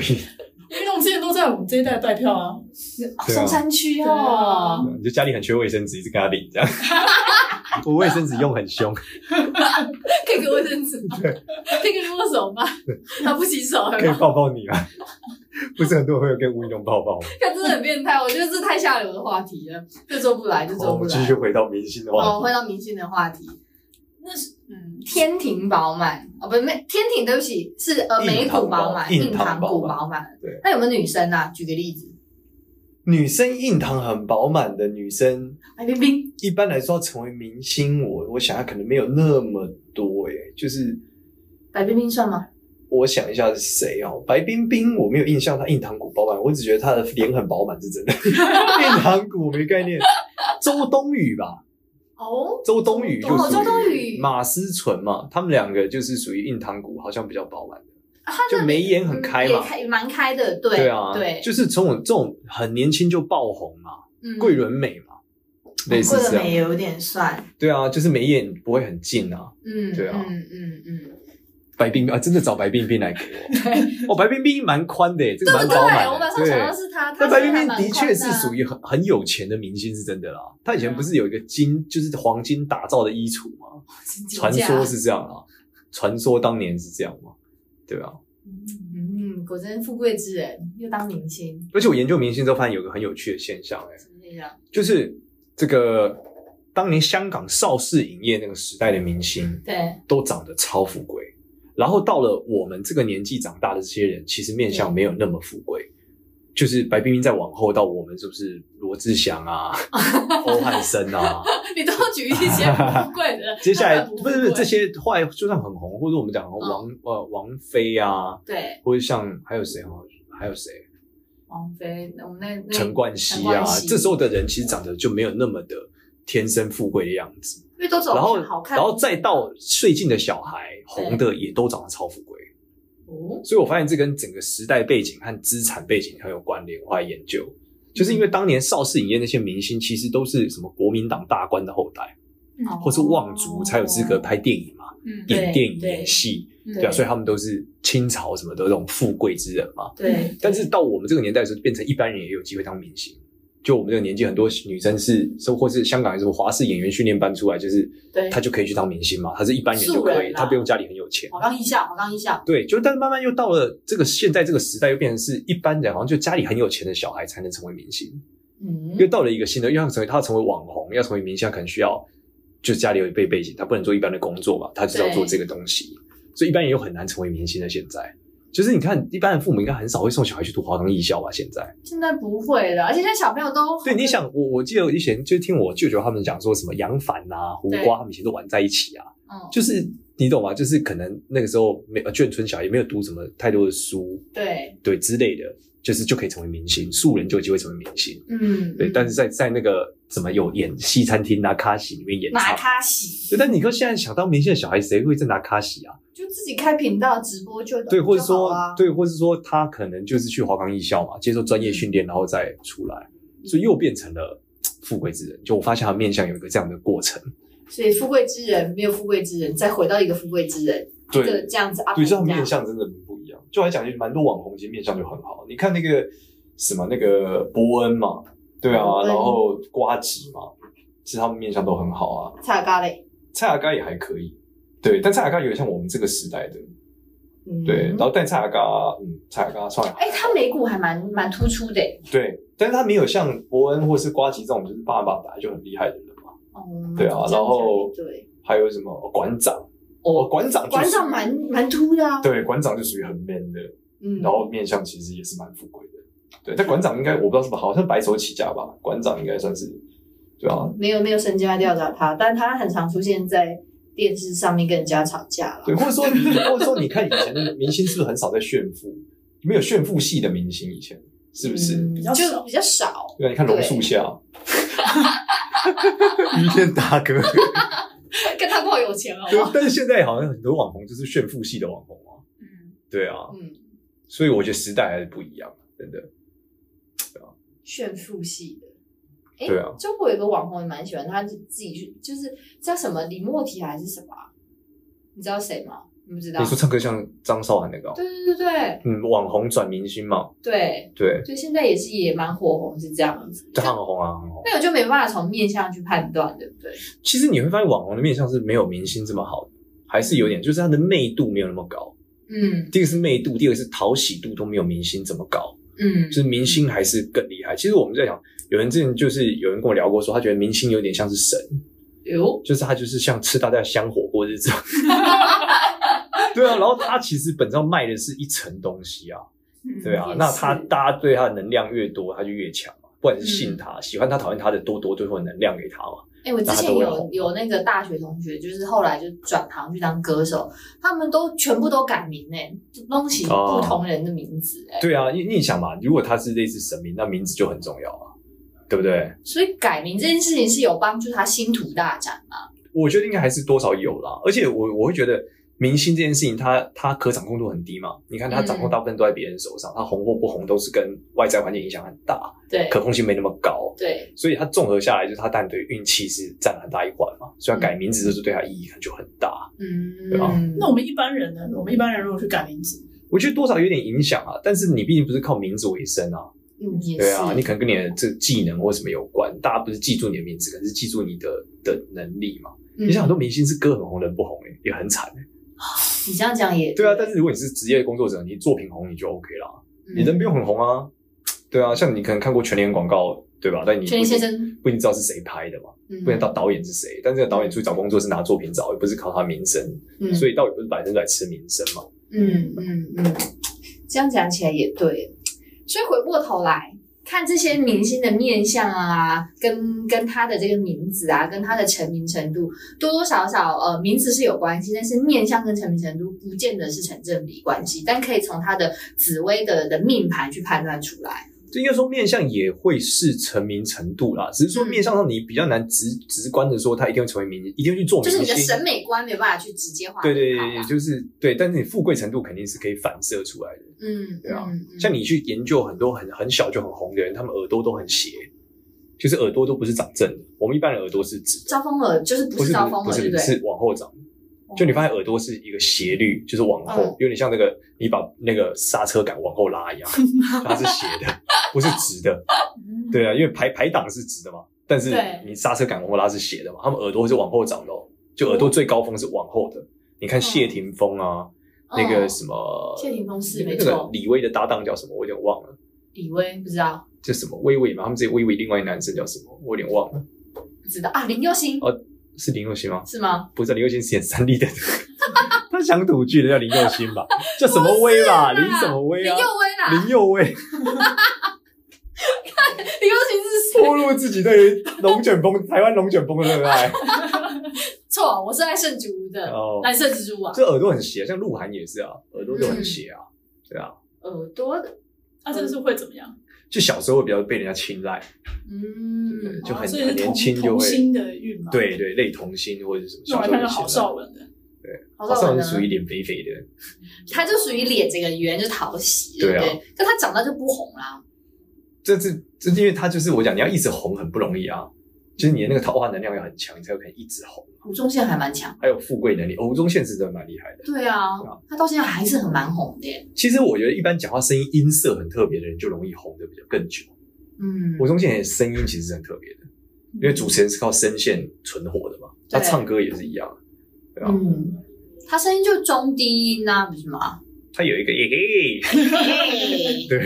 吴
英
一农之前都在我们这一代拜票啊，
哦松山区
对
哦
啊。
你就家里很缺卫生纸，一直跟他领
[LAUGHS]
这样。我卫生纸用很凶，
可以给我卫生纸吗？
对
可以给我手吗？他不洗手，
可以
看
抱抱你吗？ [LAUGHS] 不是很多人会有跟吴英用抱抱吗？
真的很变态，我觉得这太下流的话题了，这做不来，这
好
做
我
不
们
来
哦继。续回到明星的
哦，
话
回到明星的话题，
那是嗯，
天庭饱满哦，不，没天庭，对不起，是呃
印
眉
堂
骨饱满，
饱
印堂骨
印堂
饱满。
对，
那有没有女生啊？举个例子，
女生印堂很饱满的女生，
白冰冰，
一般来说要成为明星，我我想要可能没有那么多哎、就是
白冰冰算吗？
我想一下是谁哦，白冰冰我没有印象，她印堂骨饱满，我只觉得她的脸很饱满是真的， [LAUGHS] 印堂骨没概念。周冬雨吧，
哦，
周冬雨就
哦
属于
周冬雨
马思纯嘛，他们两个就是属于印堂骨好像比较饱满的，
啊她
就眉眼很开
嗯也
嘛，
开蛮开的，对
对啊，
对，
就是从我这种很年轻就爆红嘛，
嗯哦
桂纶镁嘛，类似
桂纶
这
镁
样，
有点算，
对啊，就是眉眼不会很近啊，
嗯，
对啊
嗯嗯嗯，
白冰冰啊，真的找白冰冰来给
[LAUGHS]
我。哦，白冰冰蛮宽的耶，这个
对
蛮
不对？
饱满
我马
的。
上
对，
想到是他，他
但白冰冰
现在还
的
蛮啊
确是
宽
属于很很有钱的明星，是真的啦。她以前
啊
不是有一个金，就是黄金打造的衣橱吗？
的啊
传说，是这样啊，传说当年是这样嘛，对啊。
嗯，果真富贵之人，又当明星，
而且我研究明星之后发现有一个很有趣的现象、哎，
怎么样？
就是这个当年香港邵氏影业那个时代的明星
对，
都长得超富贵，然后到了我们这个年纪长大的这些人，其实面相没有那么富贵。就是白冰冰再往后到我们是不是罗志
[LAUGHS]
祥啊、欧汉声啊，，
[LAUGHS] 你都要举一些富贵的
接下来
他们
不是不是
富贵
这些后来就算很红，或者我们
哦
讲王、呃王菲啊，
对，
或者像还有谁哦，还有谁
王菲，我们那那
陈冠希
陈
啊
冠，希
这时候的人其实长得就没有那么的天生富贵的样子，
因为都走
然后
好看，
然后再到最近的小孩红的也都长得超富贵，
哦，
所以我发现这跟整个时代背景和资产背景很有关联。我后来研究，就是因为当年邵氏影业那些明星其实都是什么国民党大官的后代，
哦
或是望族才有资格拍电影嘛，
嗯
对
演电影
对
演戏。
对
对啊，所以他们都是清朝什么的这种富贵之人嘛。
对，
但是到我们这个年代的时候，变成一般人也有机会当明星。就我们这个年纪，很多女生是，甚或是香港有什么华视演员训练班出来，就是
对
她就可以去当明星嘛，她是一般人就
素
可以，
人啊
她不用家里很有钱。
好刚一笑，好刚一笑，
对，就但是慢慢又到了这个现在这个时代，又变成是一般人好像就家里很有钱的小孩才能成为明星，
嗯
又，到了一个新的，又要成为他要成为网红，要成为明星，他可能需要就家里有一辈背景，他不能做一般的工作嘛，他就是要
对
做这个东西，所以一般人又很难成为明星的。现在就是你看，一般的父母应该很少会送小孩去读华东艺校吧？现在
现在不会了，而且现在小朋友都
对，你想我我记得我以前就听我舅舅他们讲说什么杨凡啊、胡
对
瓜他们以前都玩在一起啊，
嗯，
就是你懂吗？就是可能那个时候没呃眷村小也没有读什么太多的书，
对，
对之类的，就是就可以成为明星，素人就有机会成为明星。
嗯，
对，
嗯
但是在在那个什么有演西餐厅拿卡西里面演
拿
唱，
嗯卡洗，
对，但你说现在想当明星的小孩，谁会在拿卡西啊？
就自己开频道直播就
对，或者
就
说、
好啊嗯
对，或者说他可能就是去华冈艺校嘛，接受专业训练，然后再出来，所以又变成了嘖富贵之人。就我发现他面相有一个这样的过程，
所以富贵之人没有富贵之人，再回到一个富贵之人，
对
这这样子啊，
对，这样面相真的不一样。就还讲，就蛮多网红其实面相就很好。你看那个什么那个伯恩嘛，对
伯
啊，
恩
然后瓜子嘛，其实他们面相都很好啊。
差咖嘞，
蔡雅嘎也还可以，对，但蔡雅嘎有点像我们这个时代的，
嗯
对，然后但蔡雅嘎，嗯，蔡雅嘎算了，
哎，他眉骨还蛮蛮突出的，
对，但是他没有像伯恩或是瓜吉这种就是爸爸本来就很厉害的人嘛，
哦，
对啊
这样讲
然后
也对，
还有什么、哦馆长，哦，馆长、就是，
馆长蛮蛮秃的啊，
对，馆长就属于很 man 的，
嗯，
然后面相其实也是蛮富贵的，对，但馆长应该我不知道是不是好像白手起家吧，馆长应该算是，对啊，
没有没有身家调查他，但他很常出现在电视上面跟人家吵架了。
对，或者说你或者说你看以前的明星是不是很少在炫富，没有炫富系的明星以前是不是？
嗯
比较
就
少
比较少。
对啊，你看榕树下， [LAUGHS] 于天大哥。
跟他够有钱好
对
不好？，
但是现在好像很多网红就是炫富系的网红啊。
嗯，
对啊，
嗯，
所以我觉得时代还是不一样，真的。
炫富系的。诶
对啊
中国有个网红也蛮喜欢，他就自己去，就是叫什么李莫提还是什么啊、你知道谁吗？你不知道
你？说唱歌像张韶涵那个哦，
对对对对
嗯，网红转明星嘛，
对，
对，
所以现在也是也蛮火红，是这样子。
就很红啊，很红。
那我就没办法从面相去判断，对不对？
其实你会发现网红的面相是没有明星这么好的，还是有点，就是它的媚度没有那么高。
嗯
第一个是媚度，第二个是讨喜度都没有明星这么高。
嗯
就，是明星还是更厉害。其实我们在讲，有人之前就是有人跟我聊过说他觉得明星有点像是神，
有
就是他就是像吃大家的香火过日子。对啊，然后他其实本质上卖的是一层东西啊，
嗯
对啊
也，是
那他大家对他的能量越多，他就越强嘛，不管是
嗯
信他、喜欢他、讨厌他的多多，最后能量给他嘛。
哎、我之
大家
前
都会
有
红
有那个大学同学，就是后来就转行去当歌手，他们都全部都改名哎、弄起
哦
不同人的名字哎、
对啊，因因为你想嘛，如果他是类似神明，那名字就很重要啊，对不对？
所以改名这件事情是有帮助他星途大展嘛？
我觉得应该还是多少有啦。而且我我会觉得明星这件事情它，它可掌控度很低嘛。你看，它
嗯
掌控大部分都在别人手上，它红或不红都是跟外在环境影响很大，
对，
可控性没那么高。
对，
所以它综合下来，就是它当然对运气是占很大一环嘛，所以它改名字就是对它意义就很大。
嗯，
对啊
那我们一般人呢？我们一般人如果去改名字，
我觉得多少有点影响啊，但是你毕竟不是靠名字为生啊，
嗯也是，
对啊，你可能跟你的这技能或什么有关，大家不是记住你的名字，可能是记住你的的能力嘛。
嗯
你像很多明星是歌很红人不红、欸，也很惨、欸。
你这样讲也
对啊，但是如果你是职业工作者，你作品红你就 OK 啦，
嗯
你人不用很红啊。对啊，像你可能看过全联广告，对吧？但你不
全
一
林先
定
生，
不一定知道是谁拍的嘛，
嗯
不知道导演是谁。但这个导演出去找工作是拿作品找，而不是靠他名声，
嗯
所以到底不是百分之百吃名声嘛？
嗯嗯嗯，这样讲起来也对。所以回过头来看这些明星的面相啊，跟跟他的这个名字啊，跟他的成名程度，多多少少呃名字是有关系，但是面相跟成名程度不见得是成正比关系，但可以从他的紫薇的的命盘去判断出来。
就应该说面相也会是成名程度啦，只是说
嗯
面相上你比较难直直观的说他一定会成为明，一定会去做
就
哦
是
明星。
你的审美观没有办法去直接画啊
对
面
对
好
对，
吧
就是对，但是你富贵程度肯定是可以反射出来的。
嗯，
对啊
嗯，嗯
像你去研究很多很很小就很红的人，他们耳朵都很斜，就是耳朵都不是长正的。我们一般人耳朵是直的，
招风耳就是不
不
是
是
招风
不
耳，
是
对
不
不
是
对？
是往后长的。就你发现耳朵是一个斜率，就是往后，
嗯
有点像那个你把那个刹车杆往后拉一
[LAUGHS]
样，它是斜的，不是直的。对啊，因为排排档是直的嘛，但是
对
你刹车杆往后拉是斜的嘛，他们耳朵是往后长的、哦，就耳朵最高峰是往后的。你看谢霆锋啊，那个
嗯
什么，
谢霆锋是
那
没
个
错，
李薇的搭档叫什么？我有点忘了，
李薇不知道。
叫什么薇薇嘛？他们自己薇薇，另外一个男生叫什么？我有点忘了，
不知道啊，林佑星、
哦是林佑熙吗？
是吗？
不是林佑熙是演三 D 的， [LAUGHS] 他想土剧的叫林佑熙吧？叫什么薇吧？
不是
林
啦
什么薇
林佑
啊？
威啦，
林佑威
林佑星是谁？
暴 [LAUGHS] 露自己对于龙卷风、台湾龙卷风的热爱。
错，我是爱圣竹的
哦
蓝色蜘蛛啊，
这耳朵很斜，像鹿晗也是啊，耳朵就很斜啊，
嗯
对啊，
耳朵的，
那这个是会怎么样？
就小时候会比较被人家青睐，对
嗯，
就很
哦所以是
很年
同
轻就
同
会
心的运嘛。，
对对，类同心或者是什么，
那我还看到
小时候就青
郝
睐
邵文的，
好啊
好
少
像
呢
是属于脸肥肥的，
他就属于脸这个圆就讨喜，
对
对
啊
不对？但他长大就不红啦，
这这这，因为他就是我讲，你要一直红很不容易啊，就是你的那个桃花能量要很强，你才有可能一直红。
吴宗宪还蛮强，
还有富贵能力，哦吴宗宪是真的蛮厉害的。
对啊
对啊，
他到现在还是很蛮红的耶，
其实我觉得一般讲话声音音色很特别的人，就容易红的比较更久。
嗯
吴，宗宪的声音其实是很特别的，因为主持人是靠声线存活的嘛，他
对
唱歌也是一样，对吧？
嗯，他声音就中低音啊，不是吗？
他有一个耶嘿，
嘿
对，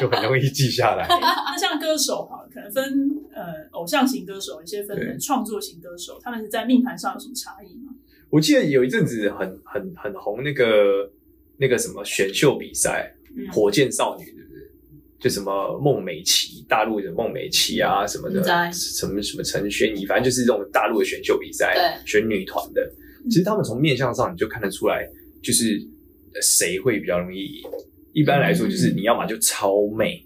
就很容易记下来。
那像歌手哈，可能分呃偶像型歌手，一些
对
分创作型歌手，他们是在命盘上有什么差异吗？
我记得有一阵子很很很红那个那个什么选秀比赛，
嗯
火箭少女对不对？就什么孟美岐，大陆的孟美岐啊什么的
嗯在，
什么什么陈轩怡，反正就是这种大陆的选秀比赛，
对
选女团的。
嗯
其实他们从面相上你就看得出来，就是呃谁会比较容易赢。一般来说，就是
嗯
你要么就超媚，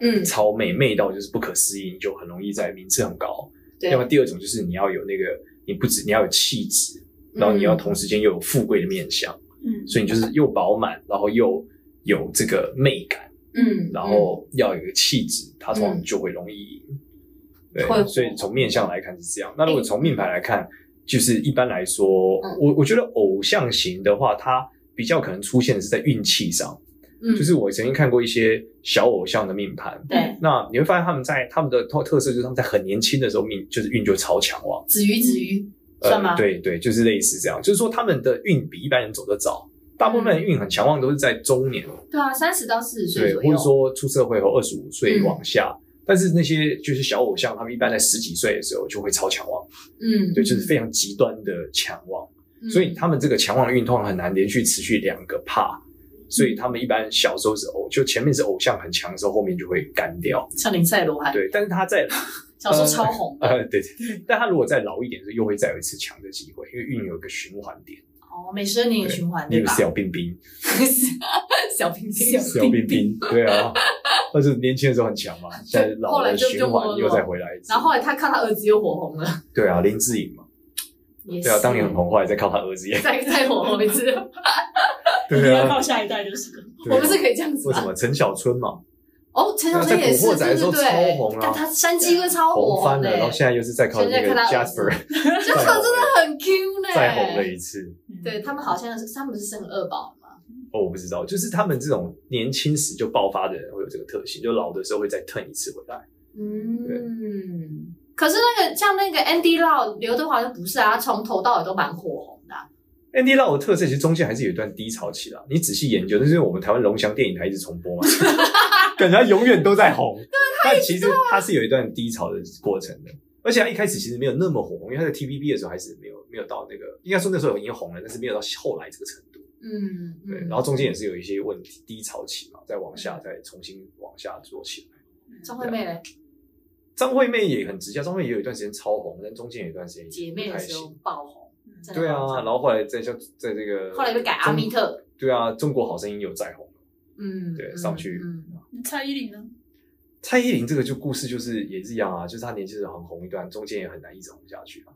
嗯，
超媚媚到就是不可思议，你就很容易在名次很高；
对
要，么第二种就是你要有那个，你不止你要有气质，
嗯
然后你要同时间又有富贵的面相，
嗯，
所以你就是又饱满，然后又有这个媚感，
嗯，嗯，
然后要有一个气质，它通常
嗯
就会容易。
会
对，
火
所以从面相来看是这样。那如果从命盘来看，就是一般来说，
嗯
我我觉得偶像型的话，它比较可能出现的是在运气上。
嗯
就是我曾经看过一些小偶像的命盘，
[LAUGHS]
对
那你会发现他们在他们的特特色就是他们在很年轻的时候命就是运就超强旺。
子瑜子瑜算吗？
呃对对，就是类似这样，就是说他们的运比一般人走得早，大部分人运很强旺都是在中年，
对啊，三十到四十岁
对，
左
或
右
者，说出社会后二十五岁
嗯
往下。但是那些就是小偶像，他们一般在十几岁的时候就会超强旺，
嗯，
对，就是非常极端的强旺，
嗯，
所以他们这个强旺的运动很难连续持续两个帕，所以他们一般小时候是偶，就前面是偶像很强的时候，后面就会干掉，
像林赛罗还
对。但是他在 [LAUGHS]
小时候超红
呃对对对，但他如果再老一点，就又会再有一次强的机会，因为运有一个循环点，
哦，每十二年循环
例
对
如
吧？
小冰冰，
[LAUGHS] 小平
小
小冰冰，对啊，但是年轻的时候很强嘛，现在老
后来
了
就
循环
就没
又
落
再回来一次。
然后后来他靠他儿子又火红了，
对啊，林志颖嘛，
也
对啊，
是
当年很，红，后来再靠他
[LAUGHS]
儿子演。
再再火红一次，我
对
要
啊，
到下一代就是了。
对啊
们是可以这样子
为什
吧？
么陈小春嘛？
哦，陈小
在
春也
古
是，
惑
对
仔的时候
对
超
对
红，啊
但他山鸡哥超
红
红
翻
的
了，然后
欸，
现在又是再靠那
现在
个
看他
Jasper，
这
再
可
红
真
了
的很哎 Q 呢，
再红了一次。
嗯
对他们好像是他们不是生了二宝吗？
哦，我不知道，就是他们这种年轻时就爆发的人会有这个特性，就老的时候会再 turn 一次回来。
嗯，可是那个像那个 Andy Lau 刘德华就不是啊，他从头到尾都蛮火红的啊、
Andy Lau 的特色其实中间还是有一段低潮期啦，你仔细研究，但是因为我们台湾龙翔电影台一直重
[LAUGHS]
播嘛，感觉他永远都在红。
啊
但其实他是有一段低潮的过程的，而且他一开始其实没有那么火红，因为他在 TVB 的时候还是没有没有到那个，应该说那时候已经红了，但是没有到后来这个程度。
嗯，
对，
嗯
然后中间也是有一些问题，低潮期嘛，再往下再重新往下做起来。
张惠妹嘞，
张惠妹也很直接，张惠妹也有一段时间超红，但中间有一段时间
姐妹
不
的
太
时候
行。
爆红，真的
对
爆
啊，
红
然后后来在像在这个
后来被改阿密
中
特，
对啊，中国好声音有再红。
嗯，
对
嗯
上去
嗯，
蔡依林呢？
蔡依林这个就故事就是也是一样啊，就是她年轻的时候很红一段，中间也很难一直红下去啊。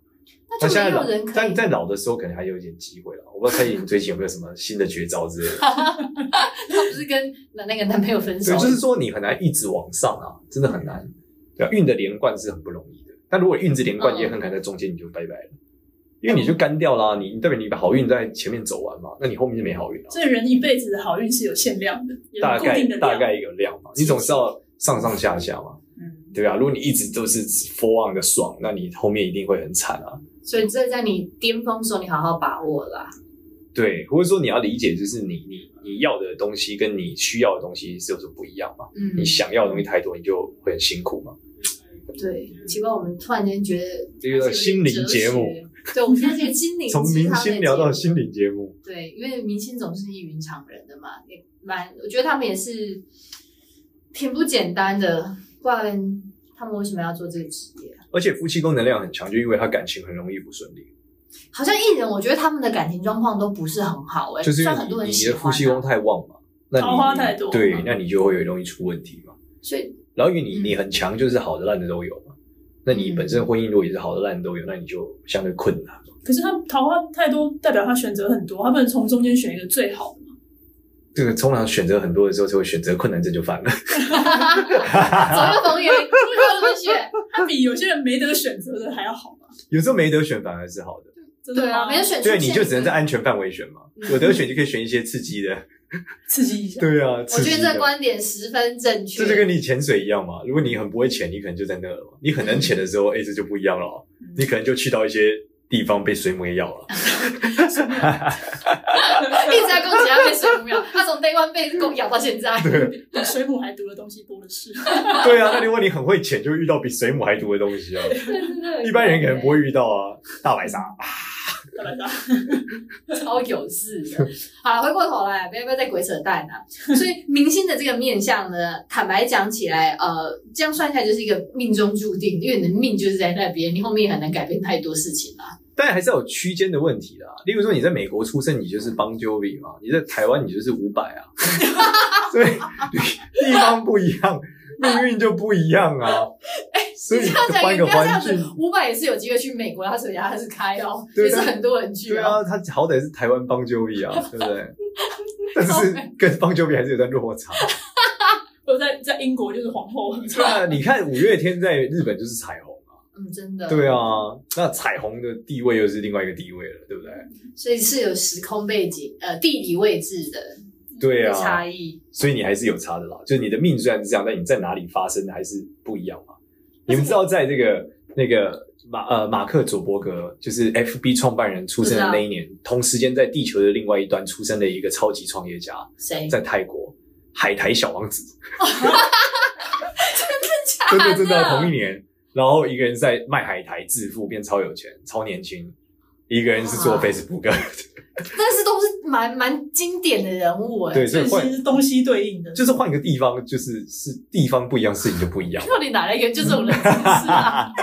那
她
就
现在
没
老
有人，可
但
以
在老的时候可能还有一点机会了。我不知道蔡依林最近有没有什么新的绝招之类的。
[LAUGHS] 她不是跟那个男朋友分手
对，？就是说你很难一直往上啊，真的很难。对、啊，运的连贯是很不容易的。但如果运子连贯，
嗯
也很可能在中间你就拜拜了，因为你就干掉啦、你你代表你把好运在前面走完嘛，那你后面就没好运了、
这人一辈子的好运是有限量的，有
大
固
概
定的量。
大概有量嘛，你总是要上上下下嘛，
嗯，
对吧、啊如果你一直都是 for on 的爽，那你后面一定会很惨啊。
所以这在你巅峰的时候，你好好把握啦。
对，或者说你要理解，就是你你你要的东西跟你需要的东西是有什么不一样嘛？
嗯，
你想要的东西太多，你就会很辛苦嘛。
对，奇怪，我们突然间觉得
这个心灵节目，
对，我们现在是个心灵
[LAUGHS] 从
鸡
明
汤的
星聊到
节目
心灵节目，
对，因为明星总是异云常人的嘛，也蛮，我觉得他们也是挺不简单的，不然他们为什么要做这个职业啊？
而且夫妻宫能量很强，就因为他感情很容易不顺利，
好像艺人，我觉得他们的感情状况都不是很好哎、欸，
就是因
虽
为
然很多人
你你
喜
的
欢、
夫妻宫
啊，
太旺嘛，那你
桃花太多
对
嗯，
那你就会有容易出问题嘛。
所以
然后因为你
嗯
你很强，就是好的烂的都有嘛。那你
嗯
本身婚姻如果也是好的烂的都有，那你就相对困难。
可是他桃花太多，代表他选择很多，他不能从中间选一个最好的嘛。
这个通常选择很多的时候，就会选择困难症就犯了。
总有总有，你有这么选？
他比有些人没得选择的还要好吧？有
[LAUGHS] 有时候没得选反而是好的。
真的
对啊，
吗
没有选出
对，你
现
就只能
一
在
个
安全范围选嘛
嗯。
有得选就可以选一些刺激的。
[LAUGHS] 刺激一下。
对啊，
我
刺
觉
激
得这个
的。
观点十分正确。
这就跟你潜水一样嘛，如果你很不会潜，你可能就在那了嘛；你很能潜的时候，哎、这就不一样了哦，
嗯
你可能就去到一些地方被水母给咬了。
一直在攻击他被水母咬，他从 day one 被狗咬到现在。
对，
比水母还毒的东西多的是。 [LAUGHS]
对啊，那如果你很会潜，就会遇到比水母还毒的东西啊。一般人可能不会遇到啊，大白鲨。
大白鲨
超有事的。好了，回过头来，不要不要再鬼扯淡
[LAUGHS]
啊！所以明星的这个面相呢，坦白讲起来，呃，这样算下来就是一个命中注定，因为你的命就是在那边，你后面也很难改变太多事情啊啦。
但还是要有区间的问题啦。例如说，你在美国出生，你就是邦 Jovi 嘛；你在台湾，你就是伍佰 [LAUGHS] 啊。所以地方不一样，命运就不一样啊。所以
你这样讲
换
也
一
不
个
要这样
环
子
境，，
伍佰也是有机会去美国，他所以他是开哦，
对
也
啊
是很多人去
对
哦。
啊，他好歹是台湾邦 Jovi [LAUGHS] 啊，对不对？但是跟邦 Jovi 还是有段落差。
我在在英国就是皇后，
[LAUGHS] 对啊，你看五月天在日本就是彩虹啊，
嗯，真的。
对啊，那彩虹的地位又是另外一个地位了，对不对？
所以是有时空背景、呃地理位置的
对啊，
差异。
所以你还是有差的啦。就是你的命虽然是这样，但你在哪里发生还是不一样嘛。你们知道，在这个那个马呃马克·佐伯格，就是 FB 创办人出生的那一年，同时间在地球的另外一端出生的一个超级创业家，
谁？
在泰国海苔小王子，
[LAUGHS] 真
真
的
的真的同一年，然后一个人在卖海苔致富，变超有钱，超年轻。一个人是做
哇
Facebook，的
[LAUGHS] 但是都是蛮蛮经典的人物哎、
对，所
所
以
以
换
其实是东西对应的。
就是换一个地方，就是是地方不一样，事情就不一样。
[LAUGHS] 到底哪来一个就这种人？是不是啊？ [LAUGHS]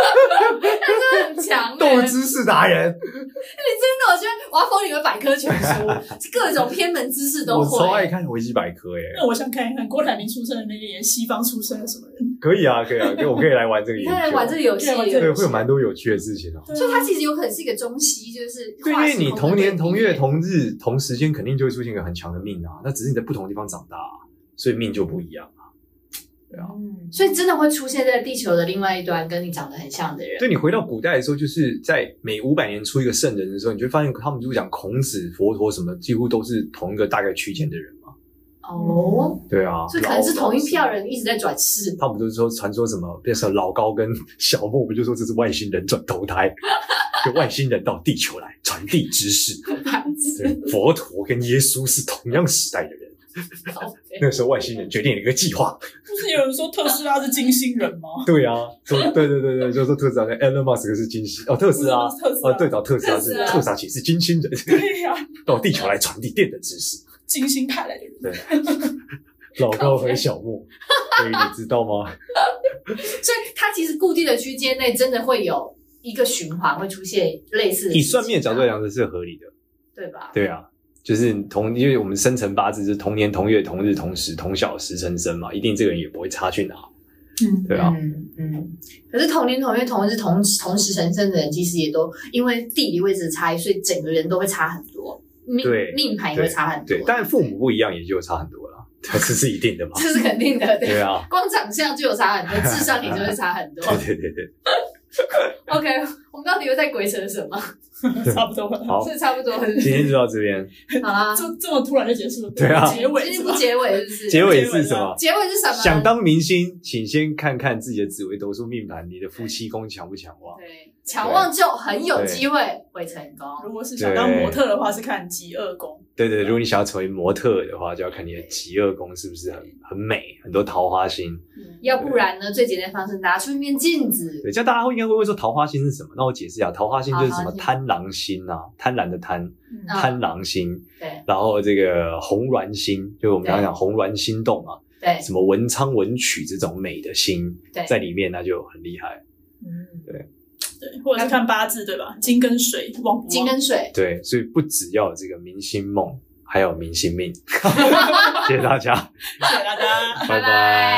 真的很强、欸，
[LAUGHS] 斗知识达人，
真的，我觉得我要封你们百科全书，各种偏门知识都
我超爱
会。
看维基百科耶、
那我想看一看郭台铭出生的那一年，西方出生的什么人？
可以啊，可以
[LAUGHS]
啊，可以，我可以来玩这个
你
研
看
究。
玩这个游戏，
对玩这
所
对，会有蛮多有趣的事情哦、
以它其实有可能是一个中西，就是
对，因
跨
为
时空的
你同年
对比
同月。同日同时间，肯定就会出现一个很强的命啊。那只是你在不同地方长大、啊，所以命就不一样啊。对啊，
嗯，
所以真的会出现在地球的另外一端，跟你长得很像的人。
对你回到古代的时候，就是在每五百年出一个圣人的时候，你就会发现他们就讲孔子、佛陀什么，几乎都是同一个大概区间的人嘛。
哦，
对啊，
所以可能是
老
同一票。人一直在转世。
他们都是说传说什么，变成老高跟小莫，我们就说这是外星人转投胎， [LAUGHS] 就外星人到地球来传递知识。
[LAUGHS]
对，佛陀跟耶稣是同样时代的人。那时候外星人决定了一个计划。
不是有人说特斯拉是金星人吗？
对啊，说对对对对，就说特斯拉跟 Elon Musk 是金星 [LAUGHS] 哦，特斯拉
不 [LAUGHS] 是特斯拉
哦，对，找特斯拉
特
是
斯拉
特斯拉其实是金星人，
[LAUGHS] 对呀、
到地球来传递电的知识。
金星派来的人。
对，老高和小莫，所以你知道吗？ [LAUGHS]
所以它其实固定的区间内真的会有一个循环，会出现类似的事情啊。
以算命的角度来讲，这是合理的。
对吧？
对啊，就是同，因为我们生辰八字是同年同月同日同时同小时辰生嘛，一定这个人也不会差去哪。
嗯
对啊
嗯嗯。可是同年同月同日同同时成生的人，其实也都因为地理位置的差异，所以整个人都会差很多，命
对
命盘也会差很多。
对，但父母不一样，也就差很多了，这是一定的
[LAUGHS]
嘛。
这是肯定的，
对。啊，
光长相就有差很多，智商也就会差很多。
对对对对，
OK，我们到底又在鬼扯什么？
[LAUGHS] 差不多了。
好，
是差不多，是不
今
是
天就到这边，
好啦。
就 [LAUGHS] 这么突然就结束了，
对啊
结尾
今
是
天
吧
不？结尾嗯是不是？
结尾是什么？
结尾是什么？
想当明星，请先看看自己的紫微斗数命盘，你的夫妻宫强不强旺？
对，强旺就很有机会会成功。
如果是想当模特的话，是看极恶宫。
对对，如果你想要成为模特的话，就要看你的极恶宫是不是很很美，很多桃花心。
嗯，
要不然呢？最简单的方式，拿出一面镜子，
对，这样大家会应该会问说桃花心是什么？那我解释一下，桃花心就是什
桃
么
花心
贪狼心啊，贪婪的贪，
嗯
啊
贪狼心，
对
然后这个红鸾心，就是我们刚刚讲红鸾心动嘛，
对
什么文昌文曲这种美的心
对
在里面，那就很厉害。
嗯
对
对，或者是看八字对吧？金跟水旺不旺？
金跟水。
对，所以不只要有这个明
[LAUGHS]
星梦，还有明星命。谢谢大家，
水大家。
拜
拜拜。